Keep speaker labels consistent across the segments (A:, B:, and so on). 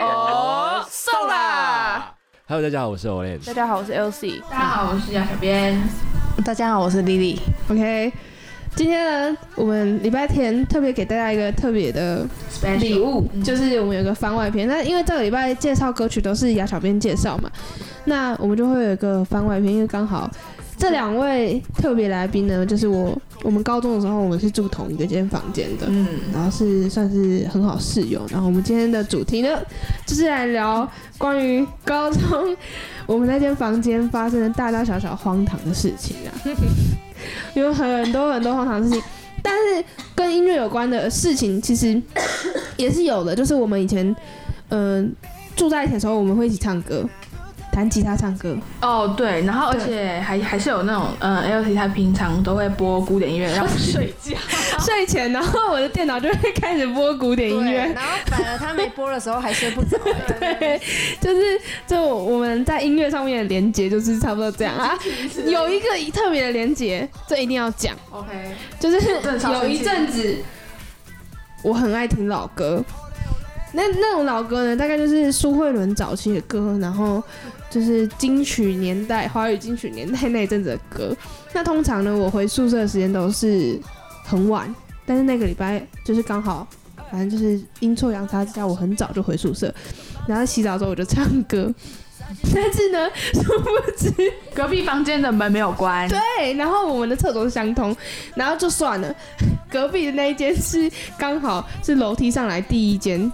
A: 哦
B: 哦
C: Hello，大家好，我是 Olen。
B: 大家好，我是 LC。
D: 大家好，我是小小编。
E: 大家好，我是 Lily。
A: OK，今天呢，我们礼拜天特别给大家一个特别的礼物，就是我们有个番外篇。那因为这个礼拜介绍歌曲都是雅小编介绍嘛，那我们就会有一个番外篇，因为刚好这两位特别来宾呢，就是我我们高中的时候，我们是住同一个间房间的，
D: 嗯，
A: 然后是算是很好室友。然后我们今天的主题呢，就是来聊关于高中我们那间房间发生的大大小小荒唐的事情啊，有很多很多荒唐的事情。但是跟音乐有关的事情，其实也是有的。就是我们以前，嗯、住在一起的时候，我们会一起唱歌，弹吉他唱歌。
D: 哦对，然后而且还还是有那种，嗯，LC 他平常都会播古典音乐让我们睡觉，
A: 睡前，然后我的电脑就会开始播古典音乐
B: 对，。然后反而他没播的时候还睡不着。
A: 对，就是就我们在音乐上面的连接就是差不多这样啊。有一个特别的连接，这一定要讲，
D: OK，
A: 就是
D: 正常
A: 有一阵子我很爱听老歌，那那种老歌呢，大概就是苏慧伦早期的歌，然后就是金曲年代、华语金曲年代那一阵子的歌。 那通常呢，我回宿舍的时间都是很晚，但是那个礼拜就是刚好，反正就是阴错阳差之下，我很早就回宿舍，然后洗澡之后我就唱歌。 但是呢，殊不知
D: 隔壁房间的门没有关，
A: 对，然后我们的厕所是相通，然后就算了。 隔壁的那一间是刚好是楼梯上来第一间，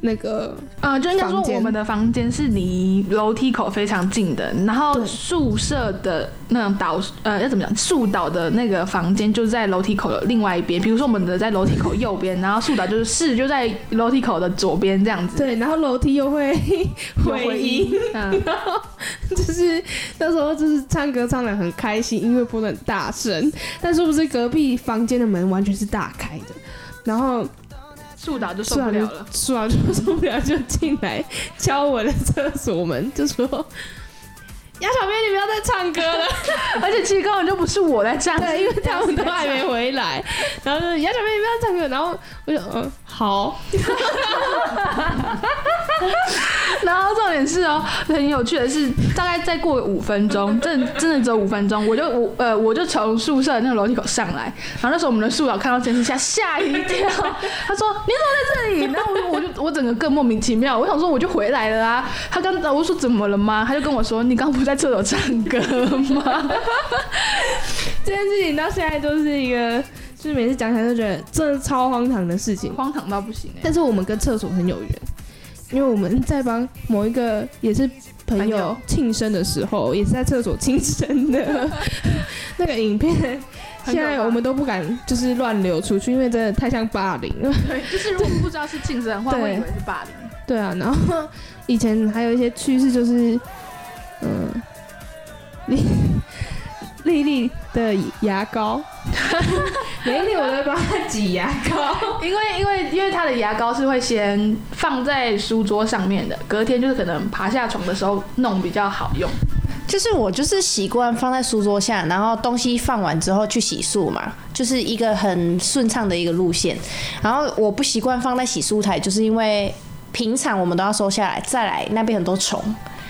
A: 那个
D: 嗯，就应该说
A: 房间
D: 我们的房间是离楼梯口非常近的，然后
A: 对
D: 宿舍的那种导呃要怎么讲，宿导的那个房间就在楼梯口的另外一边，比如说我们的在楼梯口右边，然后宿导就是室就在楼梯口的左边这样子。
A: 对，然后楼梯又会 回音，
D: 嗯，
A: 然后 就是那时候就是唱歌唱的很开心，音乐播的很大声，但是不是隔壁房间的门完全是大开的，然后
D: 宿导就受不
A: 苏然就
D: 了了。
A: 苏然就受不了，就进来敲我的厕所门，就说：“ 杨小编，你不要再唱歌了。”
D: 而且其实根本就不是我在唱，
A: 对，因为他们都还
D: 有。
A: 没回来，然后就杨小妹你不要唱歌，然后我就嗯好，
D: 然后重点是哦，很有趣的是，大概再过五分钟，真的真的只有五分钟，我就我呃我就从宿舍那个楼梯口上来，然后那时候我们的宿老看到监视器吓一跳，他说你怎么在这里？然后我我就我整个更莫名其妙，我想说我就回来了啊，他刚我就说怎么了吗？他就跟我说你刚不在厕所唱歌吗？
A: 这件事情到现在都是一个，就是每次讲起来都觉得真的超荒唐的事情。
D: 荒唐到不行哎、
A: 但是我们跟厕所很有缘，因为我们在帮某一个也是朋
D: 朋
A: 友
D: 友
A: 庆生的时候，也是在厕所庆生 的那个影片，
D: 很可怕
A: 现在我们都不敢就是乱流出去，因为真的太像霸凌了。
D: 对，就是如果不知道是庆生的话，
A: 对
D: 会以为是霸凌。
A: 对啊，然后以前还有一些趣事，就是 嗯，丽丽丽的牙 膏，每一天我都会帮她挤牙膏。
D: 因为因为因为他的牙膏是会先放在书桌上面的，隔天就是可能爬下床的时候弄比较好用。
B: 就是我就是习惯放在书桌下，然后东西放完之后去洗漱嘛，就是一个很顺畅的一个路线。然后我不习惯放在洗漱台，就是因为平常我们都要收下来，再来那边很多虫，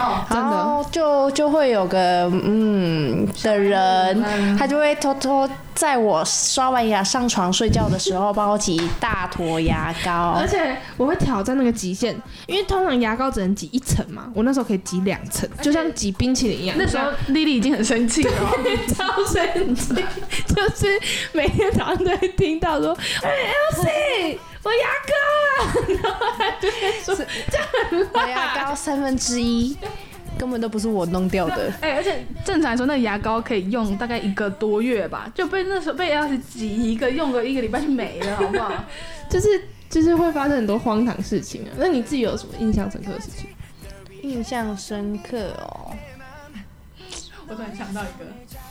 D: 哦，
A: 真的
B: 然后就就会有个嗯的人，
D: 嗯
B: 他就会偷偷在我刷完牙上床睡觉的时候帮我挤一大坨牙膏
A: 而。且我会挑战那个极限，因为通常牙膏只能挤一层嘛，我那时候可以挤两层，就像挤冰淇淋一样。
D: 那时候丽丽已经很生气了。
A: 超生气，就是每天早上都会听到说：“哎，LC，我牙膏啊！” 然后他就会说：“这样很
B: 我
A: 辣。”
B: 牙膏三分之一根本都不是我弄掉的。
D: 哎、而且正常来说，那个牙膏可以用大概一个多月吧，就被那时候被 L 是挤一个，用个一个礼拜就没了，好不 好？
A: 就是就是会发生很多荒唐事情啊。那你自己有什么印象深刻的事情？
B: 印象深刻哦。
D: 我突然想到一个，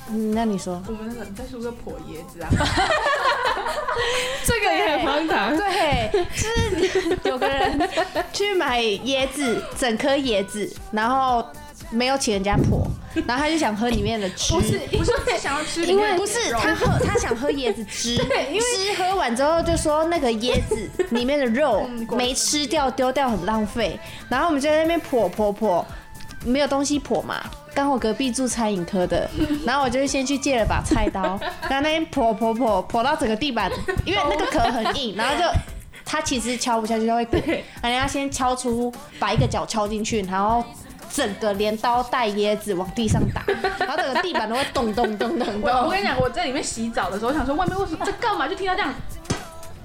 B: 嗯，那你说？
D: 我们那个在宿舍破椰子啊，
A: 这个也很荒唐。
B: 对，就是有个人去买椰子，整颗椰子，然后没有请人家婆，然后他就想喝里面的汁。
D: 不是我想要吃里
B: 因
D: 面
B: 为
D: 的
B: 不是
D: 肉
B: 他喝，他想喝椰子汁，
A: 对因为
B: 汁喝完之后就说那个椰子里面的肉
D: 嗯果汁
B: 没吃掉，丢掉很浪费。然后我们就在那边破破破，没有东西破嘛，刚好隔壁住餐饮科的，然后我就先去借了把菜刀，然后那边破破破破到整个地板，因为那个壳很硬，然后就。它其实敲不下去，它会滚。人家先敲出，把一个脚敲进去，然后整个连刀带椰子往地上打，然后整个地板都会咚咚咚咚
D: 我
A: 哦
D: 我
B: 咚。
D: 跟你讲，我在里面洗澡的时候，我想说外面为什么在干嘛，就听到这 样。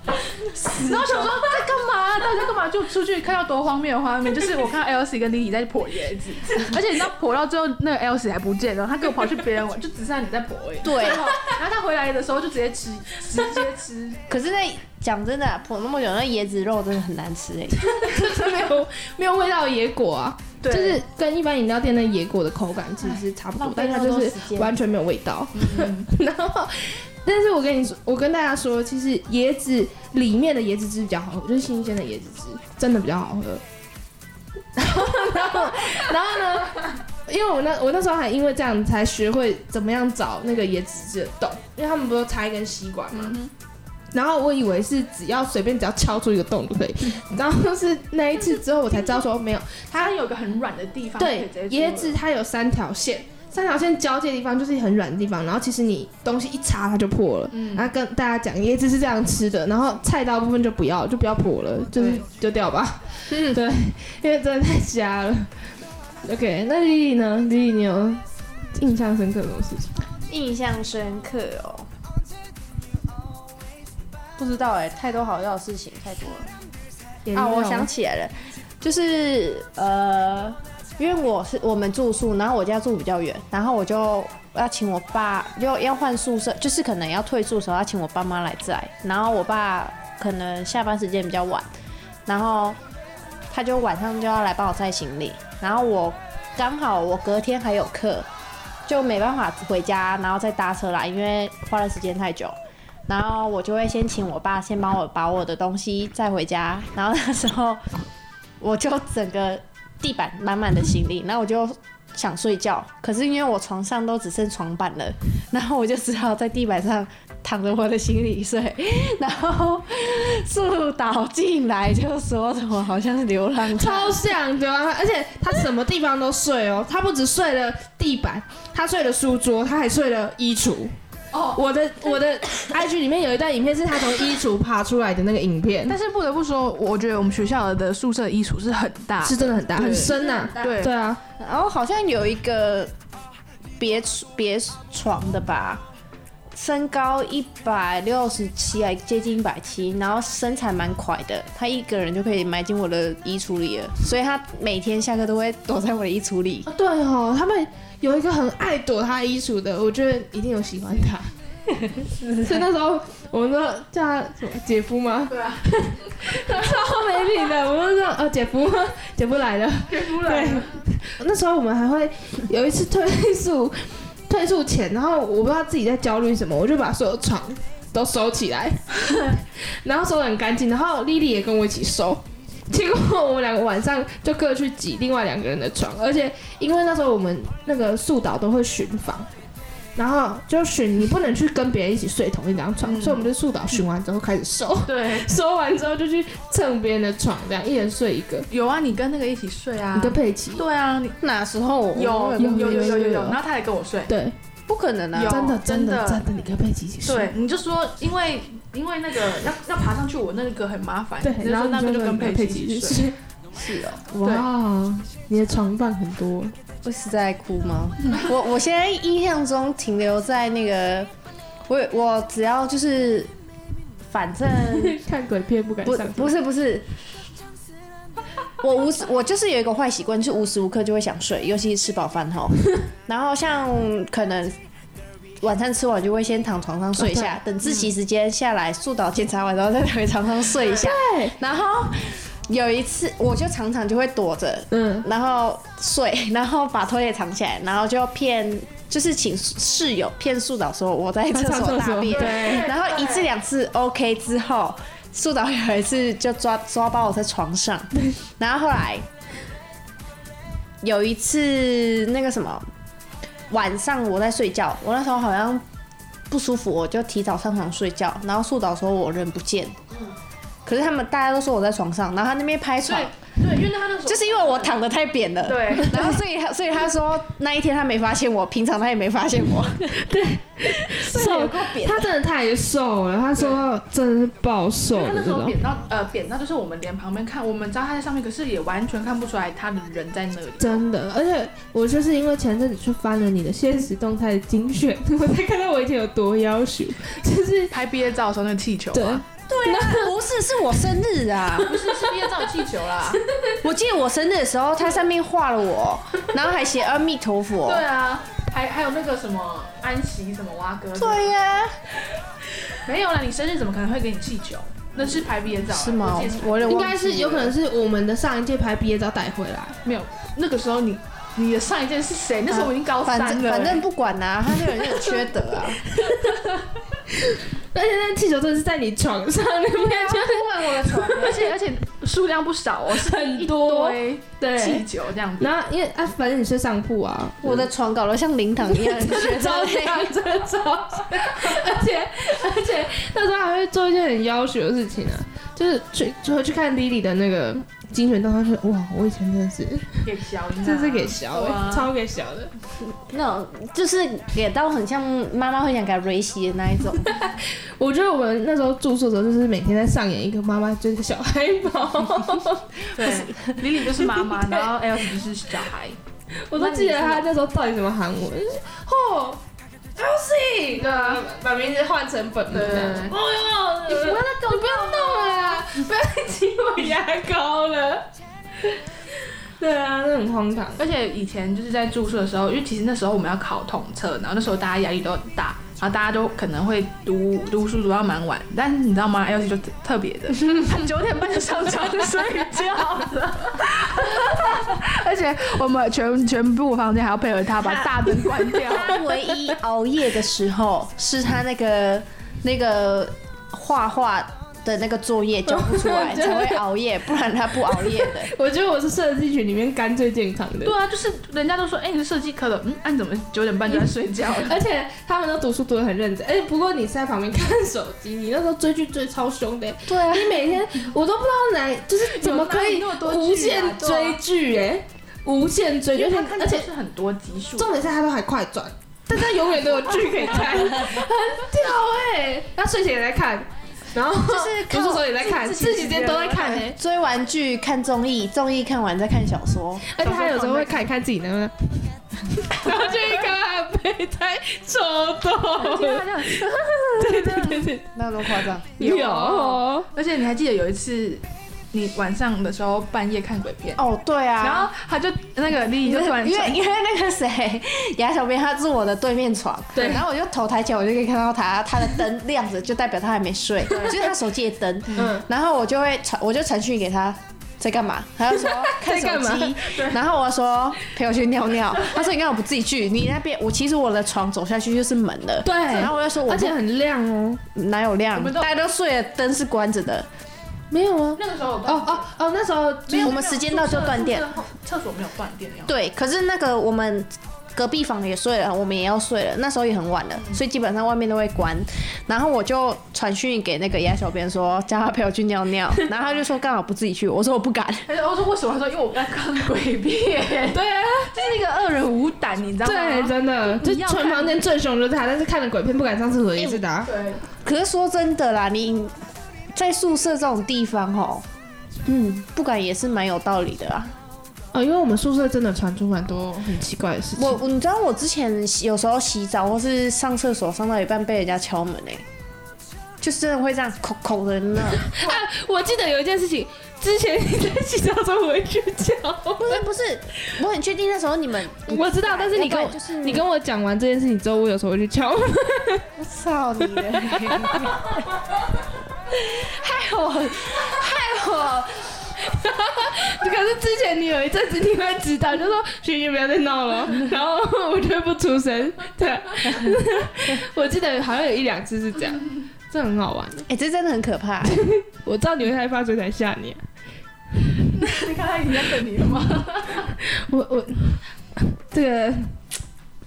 D: 然后想说在干嘛、到底在干嘛？就出去看到多荒谬的画面，就是我看到 Elsie 跟 Lily 在破椰 子，而且你知道破到最后那个 Elsie 还不见了，他跟我跑去别人玩，就只剩下你在破而已。
B: 对
D: 然后然后他回来的时候就直接吃，直接吃，
B: 可是那讲真的啊，破那么久，那椰子肉真的很难吃哎、
A: 没有 没有味道的野果啊，
D: 对
A: 就是跟一般饮料店的野果的口感其实是差不多
B: 浪，费
A: 但它
B: 那么
A: 就
B: 多
A: 是
B: 时间
A: 完全没有味道。 然后，但是我跟你说，我跟大家说，其实椰子里面的椰子汁比较好喝，就是新鲜的椰子汁真的比较好喝。 然后，然后呢？因为我那我那时候还因为这样才学会怎么样找那个椰子汁的洞，因为他们不是插一根吸管嘛，然后我以为是只要随便只要敲出一个洞就 可以，然后是那一次之后我才知道说没有，
D: 它有个很软的地方，
A: 对
D: 可以直，接
A: 椰
D: 吃
A: 子它有三条线，三条线交界的地方就是很软的地方，然后其实你东西一插它就破了。
D: 嗯
A: 然后跟大家讲，椰子是这样吃的，然后菜刀部分就不要，就不要破了，就是
D: 对嗯
A: 丢掉吧。对，因为真的太瞎了。OK，那丽丽呢？丽丽，你有印象深刻的什么事情？
B: 印象深刻哦。不知道哎、太多好笑的事情太多了
A: 也
B: 啊！
A: 没有
B: 我想，起来了，就是呃，因为我是我们住宿，然后我家住比较远，然后我就要请我爸，要要换宿舍，就是可能要退宿的时候要请我爸妈来载，然后我爸可能下班时间比较晚，然后他就晚上就要来帮我载行李，然后我刚好我隔天还有课，就没办法回家，然后再搭车啦，因为花的时间太久。然后我就会先请我爸先帮我把我的东西载回家，然后那时候我就整个地板满满的行李，然后我就想睡觉，可是因为我床上都只剩床板了，然后我就只好在地板上躺着我的行李睡，然后树倒进来就说什么好像是流浪汉
A: 超像对啊，而且他什么地方都睡哦，他不只睡了地板，他睡了书桌，他还睡了衣橱。
D: 哦。
A: 我的我的 IG 里面有一段影片是他从衣橱爬出来的那个影片，
D: 但是不得不说，我觉得我们学校的宿舍衣橱是很大，
A: 是真的很大
D: 对
A: 很深呐、
D: 对
A: 对啊，
B: 然后好像有一个别别床的吧，身高一百六十七，还接近一百七，然后身材蛮快的，他一个人就可以埋进我的衣橱里了，所以他每天下课都会躲在我的衣橱里。
A: 对哦，他们有一个很爱躲他衣橱的，我觉得一定有喜欢他。 所以那时候我们说叫他什么姐夫吗？ 对啊，超没品的，我们就说哦姐夫， 姐夫来了，姐夫来了。那时候我们还会有一次退宿， 退宿前，然后我不知道自己在焦虑什么，我就把所有床都收起来， 然后收的很干净，然后丽丽也跟我一起收。结果我们两个晚上就各去挤另外两个人的床，而且因为那时候我们那个宿导都会巡房，然后就巡你不能去跟别人一起睡同一张床，
D: 嗯
A: 所以我们就宿导巡完之后开始收，
D: 对，
A: 收完之后就去蹭别人的床，这样一人睡一个。
D: 有啊，你跟那个一起睡啊
A: 你，跟佩奇
D: 对啊，你
B: 那时候哦我
D: 有有有有有
A: 有
D: 有，然后他还跟我睡，
A: 对，
B: 不可能啊
D: 有，
A: 真的真的
D: 真的
A: 真的，你跟佩奇一起睡
D: 对，，你就说因为因为那个要要爬上去，我那个很麻烦，你就说
A: 然后
D: 那
A: 你
D: 个就跟
A: 佩
D: 佩奇
A: 奇
D: 一
A: 一
D: 起
A: 起
D: 睡，
A: 睡。
B: 是哦，
A: 哇，你的床伴很 多，
B: 我是在哭吗？我我现在印象中停留在那个，我我只要就是，反正。
A: 看鬼片不敢
B: 不
A: 上
B: 不
A: 床。
B: 是不是，我无时我就是有一个坏习惯，就是无时无刻就会想睡，尤其是吃饱饭 后。然后像可能晚餐吃完就会先躺床上睡一下，等自习时间下来，宿导检查完然后再回床上睡一下。
A: 对，
B: 然后有一次我就常常就会躲着，
A: 嗯，
B: 然后睡， 然后把拖鞋藏起来，然后就骗，就是请室友骗宿导说我在厕所大便，
A: 对
B: 然后一次两次 OK 之后，宿导有一次就抓抓包我在床 上，然后后来有一次那个什么晚上我在睡觉，我那时候好像不舒服，我就提早上床睡觉，然后宿导说我人不见，可是他们大家都说我在床上，然后他那边拍
D: 所
B: 床
D: 以。对对，因为他那时候
B: 就是因为我躺的太扁了，
D: 对，
B: 然后所以他所以他说那一天他没发现我，平常他也没发现我，
A: 瘦
B: 够扁，
A: 他真的太瘦了，他说真的是暴瘦
D: 他那
A: 的
D: 时
A: 这
D: 候
A: 种，
D: 扁到呃扁到就是我们连旁边看，我们知道他在上面，可是也完全看不出来他的人在那里。
A: 真的。而且我就是因为前阵子去翻了你的现实动态的精选， 我才看到我以前有多要求，就是
D: 拍毕业照的时候那个气球、
A: 对，
D: 啊，
B: 不是是我生日啊，
D: 不是是毕业照的气球啦。
B: 我记得我生日的时候，他上面画了 我，然后还写阿弥陀佛，
D: 对啊，还还有那个什么安息什么蛙哥，
B: 对呀、
D: 没有啦，你生日怎么可能会给你气球？那是拍毕业照啊
B: 是吗
D: 我记得是？
B: 我有点
A: 应
B: 忘
A: 该是
B: 记
A: 有可
B: 了
A: 能是我们的上一届拍毕业照带回来，
D: 没有，那个时候你你的上一件是谁？那时候我已经高三
B: 反
D: 了、
B: 正反正不管啦、他这个人有缺德啊，
A: 而且那气球真的是在你床上 里面，
D: 不我的床，而且而且数量不少哦，是
A: 很
D: 一
A: 多
D: 堆气
A: 对。
D: 球这样子。
A: 然后因为啊，反正你睡上铺啊，
B: 我的床搞得像灵堂一样，很缺德
A: 超强，真的超强！而且而且那时候还会做一件很要求的事情啊，就是去就会去看 Lily 的那个精选动画，说哇，我以前真的是，
D: 给小英、啊，
A: 真是给小的、
D: 对啊
A: 超给小的，
B: 那种就是给到很像妈妈会想给他瑞洗的那 一种，
A: 我觉得我们那时候住宿的时候，就是每天在上演一个妈妈追个小孩宝，
D: 对，李李就是妈妈，然后 L 就是小孩，
A: 我都记得他那时候到底怎么喊我，就是哦。Elsie，对啊，把名字换成本名这样子。
D: 对
A: 哦哟，你不要再搞，你不要弄了啊，不要再挤我牙膏了。 对啊，那很荒唐。
D: 而且以前就是在住宿的时候，因为其实那时候我们要考统测，然后那时候大家压力都很大，然后大家都可能会读读书读到蛮晚，但是你知道吗？L C 就特特别的，他九点半就上床就睡觉了，而且我们全全部房间还要配合他把大灯关掉。
B: 他唯一熬夜的时候是他那个那个画画的那个作业交不出 来
A: 真
B: 才
A: 的
B: 会熬夜，不然他不熬夜的。
A: 我觉得我是设计群里面肝最健康的
D: 对，啊，就是人家都说，哎、你是设计科的，嗯，那、你怎么九点半就在睡觉了？
A: 而且他们都读书读得很认真。而且不过你是在旁边看手机，你那时候追剧追超 凶的，
B: 对啊，
A: 你每天我都不知道哪，就是怎么可以
D: 有哪里那么多剧啊
A: 无限追剧哎，无限追剧，而
D: 因为
A: 且
D: 他看
A: 而
D: 的
A: 且
D: 是很多集数，
A: 重点是他都还快转，但他永远都有剧可以看，很屌哎、他睡前也在看，然后
B: 就是
A: 读
B: 靠
A: 书时候也在看，
D: 自
A: 自己时间都在看哎、
B: 追完剧看综艺，综艺看完再看小说，
A: 而且他有时候会看一看自己能不 能。然后就一看他 的背在抽动，
D: 对啊这样
A: 对对对对，
B: 那有多夸张？
A: 有，啊
D: 而且你还记得有一次，你晚上的时候半夜看鬼片，
B: 哦，对啊，
D: 然后他就那个丽丽就突然
B: 因为因为那个谁，牙小编他住我的对面床，
A: 对
B: 然后我就头抬起来，我就可以看到他，他的灯亮着，就代表他还没睡，就是他手机也灯。
A: 嗯，
B: 然后我就会传，我就传讯给他。在干嘛？他就说看
A: 在干
B: 手
A: 嘛
B: 机，然后我说陪我去尿尿。他说你干嘛不自己去？你那边我其实我的床走下去就是门了。
A: 对
B: 然后我就说我
A: 而且很亮哦，
B: 哪有亮
D: 我？们都
B: 大家都睡了，灯是关着的。
A: 没有啊，
D: 那个时候
A: 哦哦哦，那时候就是
B: 我们时间到就断电。，
D: 厕所没有断电的样子。
B: 对，可是那个我们隔壁房也睡了，我们也要睡了，那时候也很晚了，所以基本上外面都会关。然后我就传讯给那个牙小编说，叫他陪我去尿尿，然后他就说刚好不自己去，我说我不敢，
D: 而且我说为什么？他说因为我在看鬼片，
A: 对啊，
D: 就是一个恶人无胆，你知道
A: 对，
D: 吗？
A: 真的，就
D: 你要
A: 全
D: 看
A: 房间最凶就是他，但是看了鬼片不敢上厕所也是的啊。
D: 对，
B: 可是说真的啦，你在宿舍这种地方哦，嗯，不敢也是蛮有道理的啊。
A: 哦，因为我们宿舍真的传出蛮多很奇怪的事情。
B: 我你知道我之前洗有时候洗澡或是上厕所上到一半被人家敲门哎、就是真的会这样口口的那种。
A: 我记得有一件事情，之前你在洗澡的时候我会去叫，
B: 不是不是，我很确定那时候你们，
A: 我知道，但是你跟
B: 要
A: 我
B: 不然就是
A: 你跟我讲完这件事情之后，我有时候会去敲，
B: 我操你的，害我害我，
A: 可是之前你有一阵子你会知道，就说学姐不要再闹了，然后我就会不出声。对，啊我记得好像有一两次是这样，这很好玩。
B: 哎、这真的很可怕、
A: 我知道你会害怕，所以才吓你、啊。
D: 你看他已经在等你了吗？
A: 我我这个，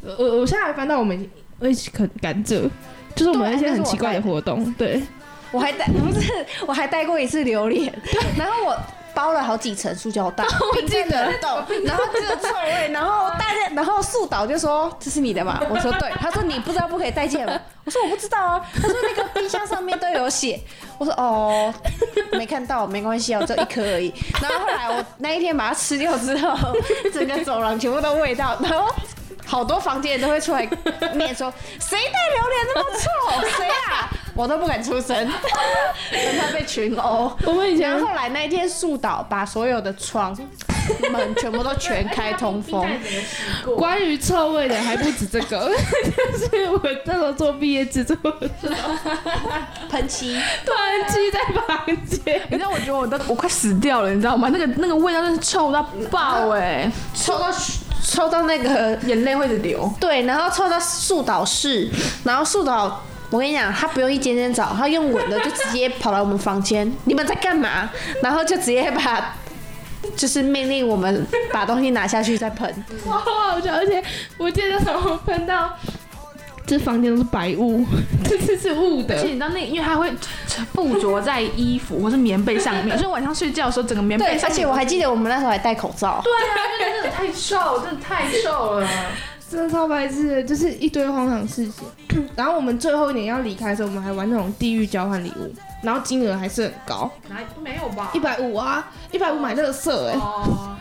A: 我我我现在还翻到我们一起很甘蔗，就是我们
B: 对
A: 一些
B: 那是
A: 很
B: 我
A: 奇怪的
B: 带的
A: 活动，对，
B: 我还带不是，我还带过一次榴莲，然后我包了好几层塑胶袋，冰在冷 冻，然后这个臭味，然后大家，然后树导就说这是你的嘛，我说对，他说你不知道不可以带进来吗，我说我不知道啊，他说那个冰箱上面都有写，我说哦，没看到，没关系啊，我只有一颗而已。然后后来我那一天把它吃掉之后， 整个走廊全部都味道，然后。好多房间人都会 出来念说：“谁带榴莲那么臭？谁啊？”我都不敢出声， 很怕被群殴。
A: 我们以前
B: 然后后来那一天，树岛把所有的窗门全部都全开通风，
A: 关于臭味的还不止这个， 就是我那时候做毕业制作，突
B: 喷漆。
A: 然积在房间，
D: 你知道，我觉得我都我快死掉 了，你知道吗？那个那个味道真是臭到 爆哎、
B: 抽到抽到那个
D: 眼泪会一直流。
B: 对，然后抽到树岛室，然后树岛。我跟你讲，他不用一间间找，他用闻的就直接跑来我们房间。 你们在干嘛？然后就直接把，就是命令我们把东西拿下去再喷。
A: 哇，好笑！而且我记得那时候喷到，这房间都是白雾， 这次是雾
D: 而且
A: 的。
D: 你知道那，因为它会附着在衣服或是棉被上面，所以晚上睡觉的时候，整个棉被
B: 对，而
D: 上面
B: 且我还记得我们那时候还戴口罩。
D: 对啊，那个真的太瘦，真的太瘦了。
A: 真的超白痴的，就是一堆荒唐事情。 然后我们最后一点要离开的时候，我们还玩那种地狱交换礼物，然后金额还是很高，
D: 哪没有吧
A: 一？百五啊，一百五买乐色哎、
D: 哦，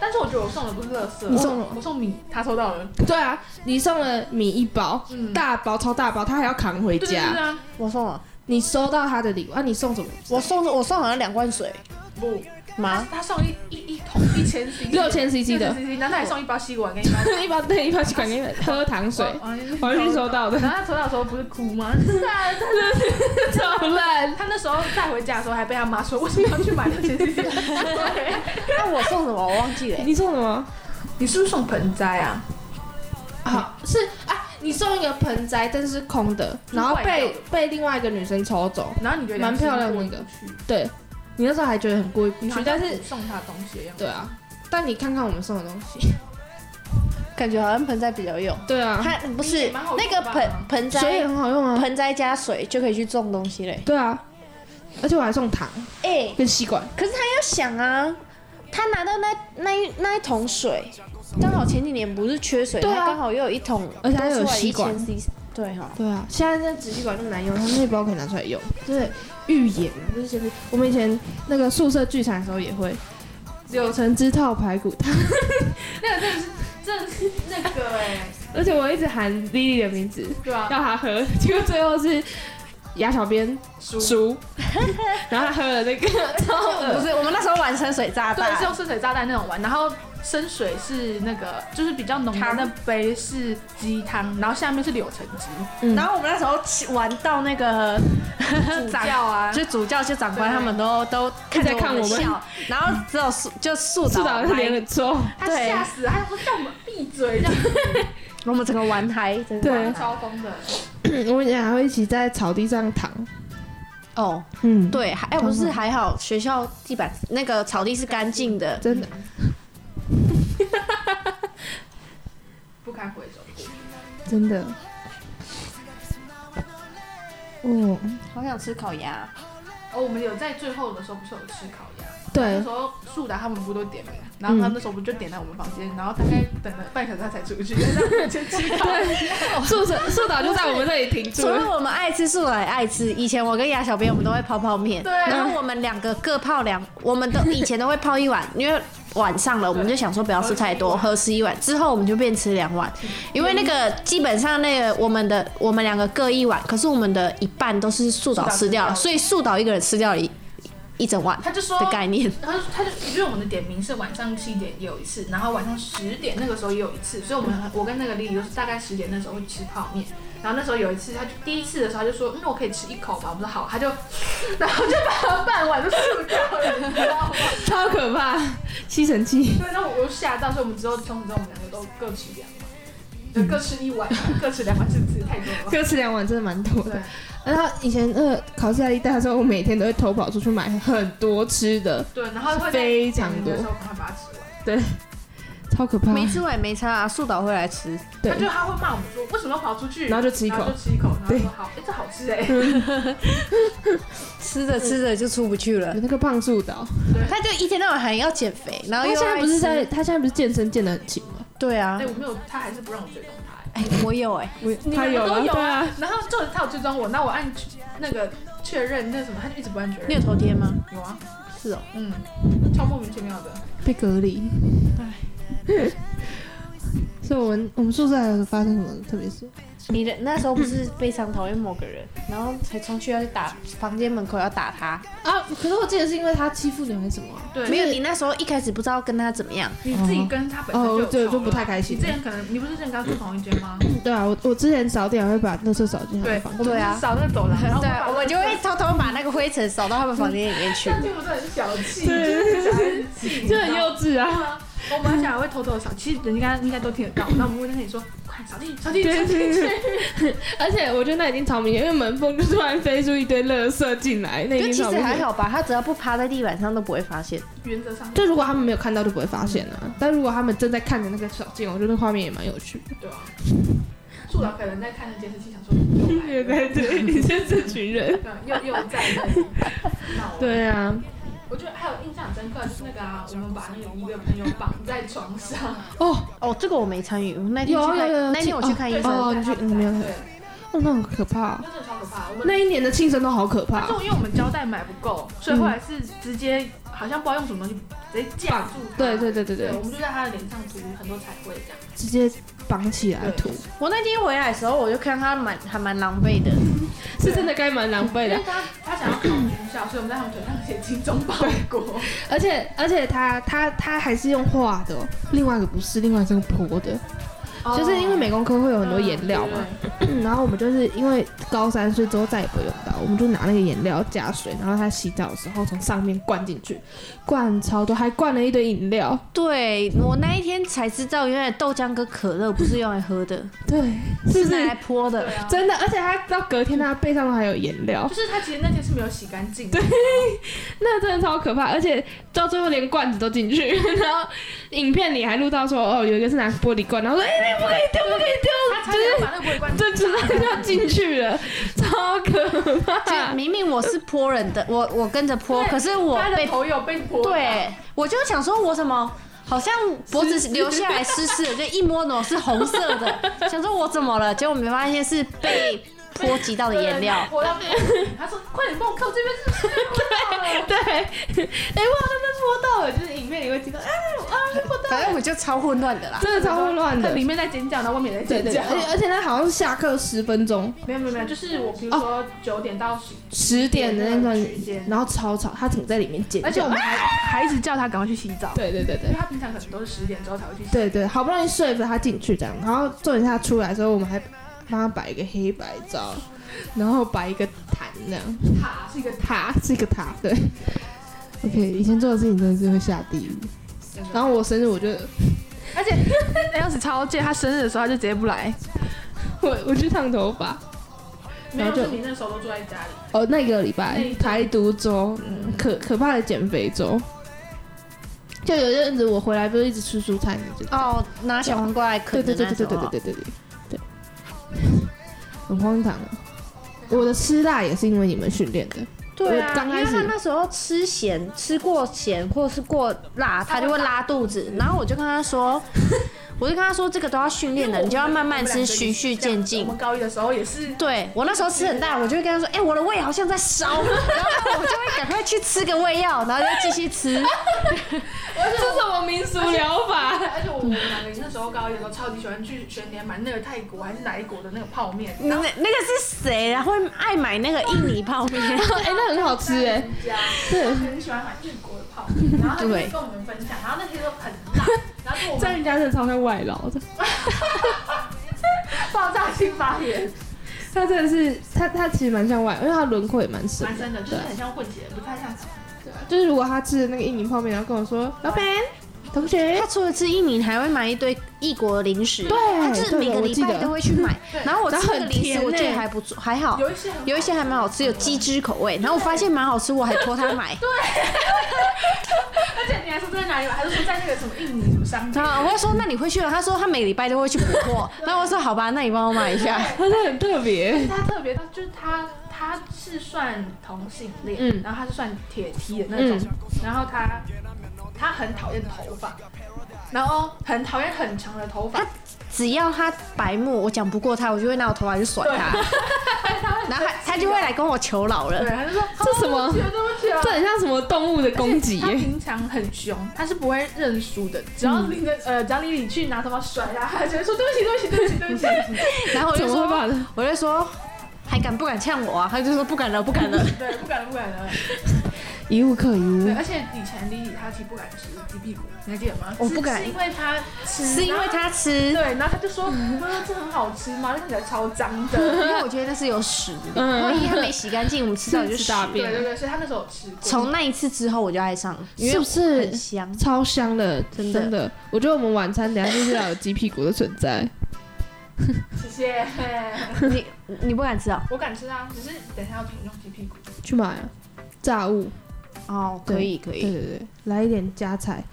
D: 但是我觉得我送的不是乐色，
A: 你送了吗
D: 我送米，他收到了。
A: 对啊，你送了米一包，
D: 嗯
A: 大包超大包，他还要扛回
D: 对对对
A: 家。
D: 啊，
B: 我送了，
A: 你收到他的礼物啊？你送什么？
B: 我送我送好像两罐水
D: 不，
B: 吗？
D: 他送一一一桶一千 CC，
A: 六千 CC 的，
D: CC，然后他还送一包吸管跟一包
A: 一包对一包去感觉喝糖水，
D: 哦
A: 我
D: 回
A: 去收到的，
D: 然后他收到的时候不是哭吗？是啊，真的
A: 超烂。
D: 他那时候带回家的时候还被他妈说，为什么要去买六千 CC？
B: 那我送什么我忘记了欸、
A: 你送什
D: 哦
A: 么？
D: 你是不是送盆栽啊？
A: 啊，是啊，你送一个盆栽，但是空的，
D: 是
A: 然后
D: 坏
A: 被
D: 掉
A: 被另外一个女生抽走。
D: 然后你觉得
A: 蛮漂亮的
D: 那
A: 那个对，你那时候还觉得很过意不
D: 你好
A: 去，
D: 像
A: 但是
D: 不送他东西的样子。
A: 对啊，但你看看我们送的东 西，
B: 感觉好像盆栽比较有用。
A: 对啊，
B: 它不是
D: 也蛮好
B: 那个
D: 用吧
B: 盆盆
A: 水也
B: 栽
A: 很好用啊，
B: 盆栽加水就可以去种东西嘞。
A: 对啊，而且我还送糖
B: 哎、
A: 跟吸管。
B: 可是他要想啊，他拿到那那一那一桶水，刚好前几年不是缺水，
A: 对啊
B: 他刚好又有一桶，
A: 而且他有吸管
B: 多出来1000 CC，对哈、
A: 对啊，现在那纸吸管那么难用，他们那包可以拿出来用，就是预言啊，就是先我们以前那个宿舍聚餐的时候也会，九层之套排骨 汤，
D: 那个真的是，真的是那个哎、
A: 而且我一直喊 Lily 的名字
D: 对啊，
A: 要她喝，结果最后是牙小编
D: 输
A: 输， 然后她喝了那 个超
B: 不
A: 恶
B: 是，我们那时候玩深水炸
D: 对，
B: 弹
D: 是，用深水炸弹那种玩，然后深水是那个就是比较浓的那杯是鸡汤，然后下面是柳橙汁，
A: 嗯
B: 然后我们那时候起玩到那个
D: 主教啊，
B: 就主教就长官他们都都看着
A: 在看
B: 我
A: 我们
B: 笑，然后只有树就树
A: 素导
B: 导
A: 的脸很臭，
D: 他
B: 对
D: 吓死了，他说叫我们闭嘴，这样
B: 我们整个玩嗨，真的
A: 对
B: 玩嗨
D: 超疯的，
A: 我们以前还会一起在草地上躺，
B: 哦，
A: 嗯，
B: 对，还哎、不是还好，学校地板那个草地是干净的，
A: 真的，
D: 不堪回首。
A: 真的，哦，
B: 好想吃烤鸭，啊
D: 哦，我们有在最后的时候不是有吃烤鸭，
B: 嗯
D: 那
A: 对
D: 时，候树达他们不都点了，然后他们那时候不就点来我们房间，然后大概等了半小时他才出去，让我们先吃烤鸭。
A: 宿舍宿导就在我们这里停住
B: 除
A: 了
B: 了。我们爱吃素来爱吃，以前我跟雅小编我们都会泡泡面，
D: 对
B: 然后我们两个各泡两，我们都以前都会泡一碗，因为晚上了，我们就想说不要吃太多，喝吃一碗，之后我们就变吃两碗，因为那个基本上那个我们的我们两个各一碗，可是我们的一半都是素
D: 素
B: 岛
D: 岛
B: 吃掉
D: 吃掉
B: 了，所以素岛一个人吃掉了一一整碗
D: 他就说
B: 的概念，
D: 然后他就因为我们的点名是晚上七点也有一次，然后晚上十点那个时候也有一次，所以我们我跟那个丽丽都是大概十点那时候会吃泡面。然后那时候有一次，他就第一次的时候他就说：“嗯，我可以吃一口吗？”我说：“好。”他就， 然后就把半碗都吐掉了，你知道吗？
A: 超可怕，吸尘器。
D: 对，那我我就吓到，所以我们之后从此之后我们两个都各吃两碗，就各吃一碗，各吃两碗，是不是太多了？
A: 哥吃两碗真的蛮多
D: 对
A: 的。，然后以前呃考试压力大的时候，我每天都会偷跑出去买很多吃的，
D: 对，然后会在
A: 非常
D: 点名的
A: 多
D: 时候赶快把它吃完。
A: 超可怕。
B: 没吃完也没差啊，素岛会来吃，
A: 对
D: 他，就他会骂我们说：“为什么要跑出去？”
A: 然后就吃一口
D: 然后就吃一口，然后
A: 对
D: 说：“好，哎，这好吃哎。”
C: 吃着吃着就出不去了
B: 嗯
A: 有。那个胖树岛，
B: 他就一天到晚喊要减肥，然后
A: 他
B: 又
A: 现在
B: 爱
A: 不是
B: 吃
A: 在，他现在不是健身健得很勤吗？
B: 对啊
D: 哎，，我没有，他还是不让我追踪他。哎
B: 哎，我有哎，
D: 你
A: 他
D: 们
A: 有
D: 都
A: 啊
D: 有
A: 对
D: 啊
A: 啊，
D: 然后就是他有追踪我，那我按那个确认那什么，他就一直不按确
B: 你
D: 认
B: 有。头贴吗？
D: 有啊，
B: 是哦，
D: 嗯，超莫名其妙的。
A: 被隔离。 所以我们我们宿舍还有发生什么特别事？
B: 你的那时候不是非常讨厌某个人，然后才冲去要去打房间门口要打他，
A: 啊？可是我记得是因为他欺负你还是什么、啊？
D: 对，
B: 没有，你那时候一开始不知道跟他怎么样，
D: 你自己跟他本身就有
A: 哦，对，
D: 仇
A: 就
D: 了
A: 不太开
D: 你
A: 心
D: 之。前可能你不是之前跟他住同一间吗？
A: 对啊，我我之前扫地还会把垃圾扫进他
D: 对
A: 的房，
D: 我
A: 间。
B: 对
D: 们
B: 啊
D: 是扫那个走廊，然后
B: 对啊，
D: 把
B: 我就 会偷偷把那个灰尘扫到他们房间里面 去。
D: 但是我真的很小气，就是小孩子气，
A: 就很幼稚啊。
D: 啊。我们小孩会偷偷地扫，其实人家应该都听得到。那我们会跟你说，快扫地，扫地，扫地。
A: 而且我觉得那已经超明显，因为门缝就突然飞出一堆垃圾进来，那已
B: 就
A: 经
B: 其
A: 超
B: 实
A: 明
B: 还
A: 显。
B: 好吧，他只要不趴在地板上都不会发现。
D: 原则上
A: 就如果他们没有看到，就不会发现啊。但如果他们正在看着那个小镜，我觉得画面也蛮有趣的。
D: 对啊。助导可能在看那监视器，想说又来 了，
A: 对，你是这群人。
D: 嗯又又在那里闹了。
A: 对啊，
D: 我觉得还有印象很深刻就是那个啊，我们把那个一个朋友绑在床上，
A: 哦，
B: 哦，这个我没参与。那天
A: 有
B: 去看
A: 有有有
B: 那天我去看医
D: 对，
B: 生，
A: 哦
D: 绑在
A: 你去你没有
D: 对，
A: 哦，那很可怕、
D: 那真的超可怕。我们
A: 那一年的庆生都好可怕
D: 就因为我们胶带买不够，所以后
A: 嗯
D: 来是直接好像不知道用什么东西直接架住它。
A: 对对对对
D: 对，
A: 对
D: 我，们就在他的脸上涂很多彩绘这样。
A: 直接绑起来涂，
B: 我那天回来的时候，我就看他蛮还蛮狼狈的，
A: 是真的该蛮狼狈
D: 因
A: 的
D: 为。他他想要考军校，所以我们在他们腿上写“精忠报 国
A: 而且而且他他他还是用画的哦、哦另外一个不是，另外一个是泼的，”，
D: 哦
A: 就是因为美工科会有很多颜料嘛，嗯然后我们就是因为高三，所以之后再也不会用到，我们就拿那个颜料加水，然后他洗澡的时候从上面灌进去，灌超多，还灌了一堆饮料。
B: 对我那一天才知道，原来豆浆跟可乐不是用来喝 的，
A: 对，
B: 是
A: 是不
B: 拿
A: 是
B: 来泼
D: 对
B: 的。
D: 啊，
A: 真的？而且他到隔天，他背上都还有颜料
D: 就，是他其实那天是没有洗干净的，
A: 那真的超可怕，而且到最后连罐子都进去， 然后影片里还录到说，哦，有一个是拿玻璃罐，然后说，哎、你不可以丢，不可以
D: 他差
A: 丢，就
D: 点
A: 是
D: 把那个玻璃罐
A: 就知道要进去了，超可怕
B: 就。明明我是泼人的，我我跟着泼，
D: 对
B: 可是我
D: 他的
B: 被
D: 头有被泼到，
B: 对，我就想说，我怎么好像脖子流下来湿湿的，就一摸怎么是红色 的，想说我怎么了？结果没发现是被波及到的颜料。
D: 我要被他说快点帮我看我这边是不是被泼到 了？
A: 对，哎、我好像被泼到了，就是影片里会听到，啊啊，被泼到了，
B: 反正我就超混乱的啦。
A: 真的超混乱
D: 他
A: 的。
D: 里面在尖叫，然后外面也在尖
A: 对对，
D: 叫哦
A: 对。而且而且他好像是下课十分钟、
D: 没有没有没有，就是我比如说九点到十
A: 十点的那段
D: 时间，
A: 然后超吵，他挺在里面尖叫。
D: 而且我们还还一直叫他赶快去洗澡，
A: 对对对
D: 因
A: 对
D: 为。他平常可能都是十点之后才会去洗。
A: 对对，好不容易说服他进去这样，然后重点是他出来之后，我们还帮他摆一个黑白照，然后摆一个坛那样，
D: 塔是一个
A: 塔 是一个塔，对。OK，以前做的事情真的是会下地狱。然后我生日，我就
D: 而且当时超贱，他生日的时候他就直接不来，
A: 我我去烫头发，
D: 没
A: 然
D: 有，
A: 后就是
D: 你那时候都住在家里。
A: 哦那个礼
D: 那一
A: 拜
D: 周
A: 排毒周，嗯可可怕的减肥周。就有一阵子我回来不是一直吃蔬菜，你知道？
B: 哦，拿小黄瓜来
A: 对
B: 啃的
A: 对对
B: 那
A: 对
B: 种
A: 对
B: 哦。
A: 对对对对对啊对，很荒唐啊！我的吃辣也是因为你们训练的。
B: 对
A: 我
B: 啊，
A: 刚
B: 因
A: 开
B: 为
A: 始
B: 他那时候吃咸，吃过咸或是过辣， 他就会拉肚子。然后我就跟他 说，我就跟他说，这个都要训练的，你就要慢慢吃，循序渐
D: 我
B: 进。
D: 们高一的时候也是，
B: 对我那时候吃很大，我就会跟他说：“哎、我的胃好像在烧。” 然后我就会赶快去吃个胃药，然后就继续吃。
A: 这是什么民俗疗 法？
D: 而且我们两个那时候高一的时候超级喜欢去全年买那个泰国还是哪一国的那个泡面，
B: 那那个是谁啊？会爱买那个印尼泡 面？
A: 哎、那很好吃哎、
D: 家
A: 对
D: 他很喜欢买异国的泡面，然后他就会
B: 对
D: 跟我们分享，然后那些都很 辣，然后我
A: 在
D: 们
A: 人家真的超像外劳的，
D: 爆炸性发言，
A: 他真的是他他其实蛮像外，因为他轮廓也蛮 深
D: 蛮
A: 的。
D: 深的，就是很像混血，不太像。
A: 就是如果他吃的那个印尼泡面，然后跟我说老板同学，
B: 他除了吃印尼，还会买一堆异国零食。
A: 对
B: 他就是每个礼
A: 对
B: 拜
A: 我记得
B: 都会去买。然后我吃那个
A: 然后很
B: 零
A: 甜
B: 食，
A: 欸
B: 我觉得还不错，还好。
D: 有一些很
B: 有一些还 蛮好吃，有鸡汁口味，然后我发现蛮好吃，我还托他买。
D: 而而且你还说在哪里买，还是说在那个什么印尼什么商店
B: 然？后我会说那你会去吗？他说他每礼拜都会去补货，那我说好吧，那你帮我买一下。
A: 他是很特别，
D: 他特别到就是他他是算同性恋，
B: 嗯
D: 然后他是算铁梯的那种，
B: 嗯
D: 然后他他很讨厌头发，然后很讨厌很长的头发
B: 他，只要他白目，我讲不过他，我就会拿我头发去甩他， 然后他他就会来跟我求饶
D: 对，
B: 了。
D: 他就说
A: 这什么
D: 哦对不起对不起啊
A: 这很像什么动物的攻击
D: 他
A: 耶？
D: 平常很凶，他是不会认输的。只要你的、呃，只要你你去拿头发甩他，他就会说对不起，对不起，对不起，对不起。
B: 然后我
A: 怎
B: 就
A: 么会把
B: 说，我就说还敢不敢呛我啊？他就说不敢了，不敢 了。
D: 对，不敢了，不敢了。
A: 一物克一
D: 对，
A: 物？
D: 而且以前李李他其实不敢吃鸡屁股，你还记得吗？
B: 我
D: 是
B: 不敢
D: 是因为他吃，
B: 是因为他吃
D: 然后。对，然后他就说，你不是说这很好吃吗？那看起来超脏 的。
B: 因为我觉得那是有屎，
A: 嗯
B: 万一他没洗干净，我们吃到就是屎。
A: 大
D: 对对
A: 便，
D: 对，所以他那时候有吃过。
B: 从那一次之后，我就爱上了，因
A: 是
B: 为
A: 不是
B: 很香。
A: 超香的？
B: 真的
A: 真的，我觉得我们晚餐等一下就是要有鸡屁股的存在。
D: 谢谢，
B: 你你不敢吃啊？
D: 我敢吃啊，只是等一下要品用鸡屁股。
A: 去买啊炸物，
B: 哦，可以可
A: 对
B: 以。
A: 对对，来一点加菜。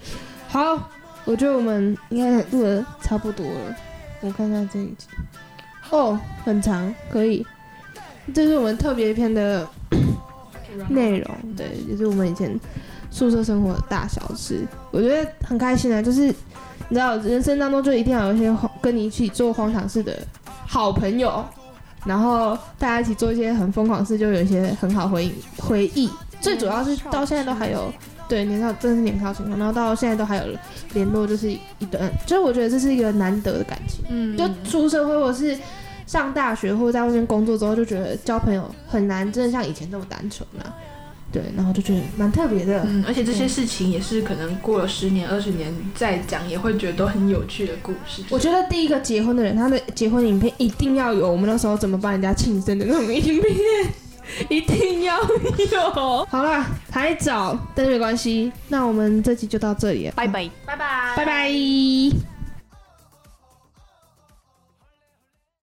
A: 好，我觉得我们应该录的差不多了，我看看这一集，哦，很长，可以。这是我们特别篇的内容，对，就是我们以前宿舍生活的大小事，我觉得很开心啊。就是你知道，人生当中就一定要有一些荒跟你一起做荒唐事的好朋友，然后大家一起做一些很疯狂的事，就有一些很好回忆回忆。最主要是到现在都还有对年少，真的是年少轻狂，然后到现在都还有联络，就是一段，就是我觉得这是一个难得的感情。
D: 嗯
A: 就出社会或是上大学或者在外面工作之后，就觉得交朋友很难，真的像以前那么单纯了、对，然后就觉得蛮特别的。
D: 嗯，而且这些事情也是可能过了十年、二十年再讲，也会觉得都很有趣的故事。
A: 我觉得第一个结婚的人，他的结婚影片一定要有我们那时候怎么帮人家庆生的那种影片， 一定要有。好啦，还早，但是没关系。那我们这集就到这里了，
B: 拜拜。
D: 拜拜，
A: 拜拜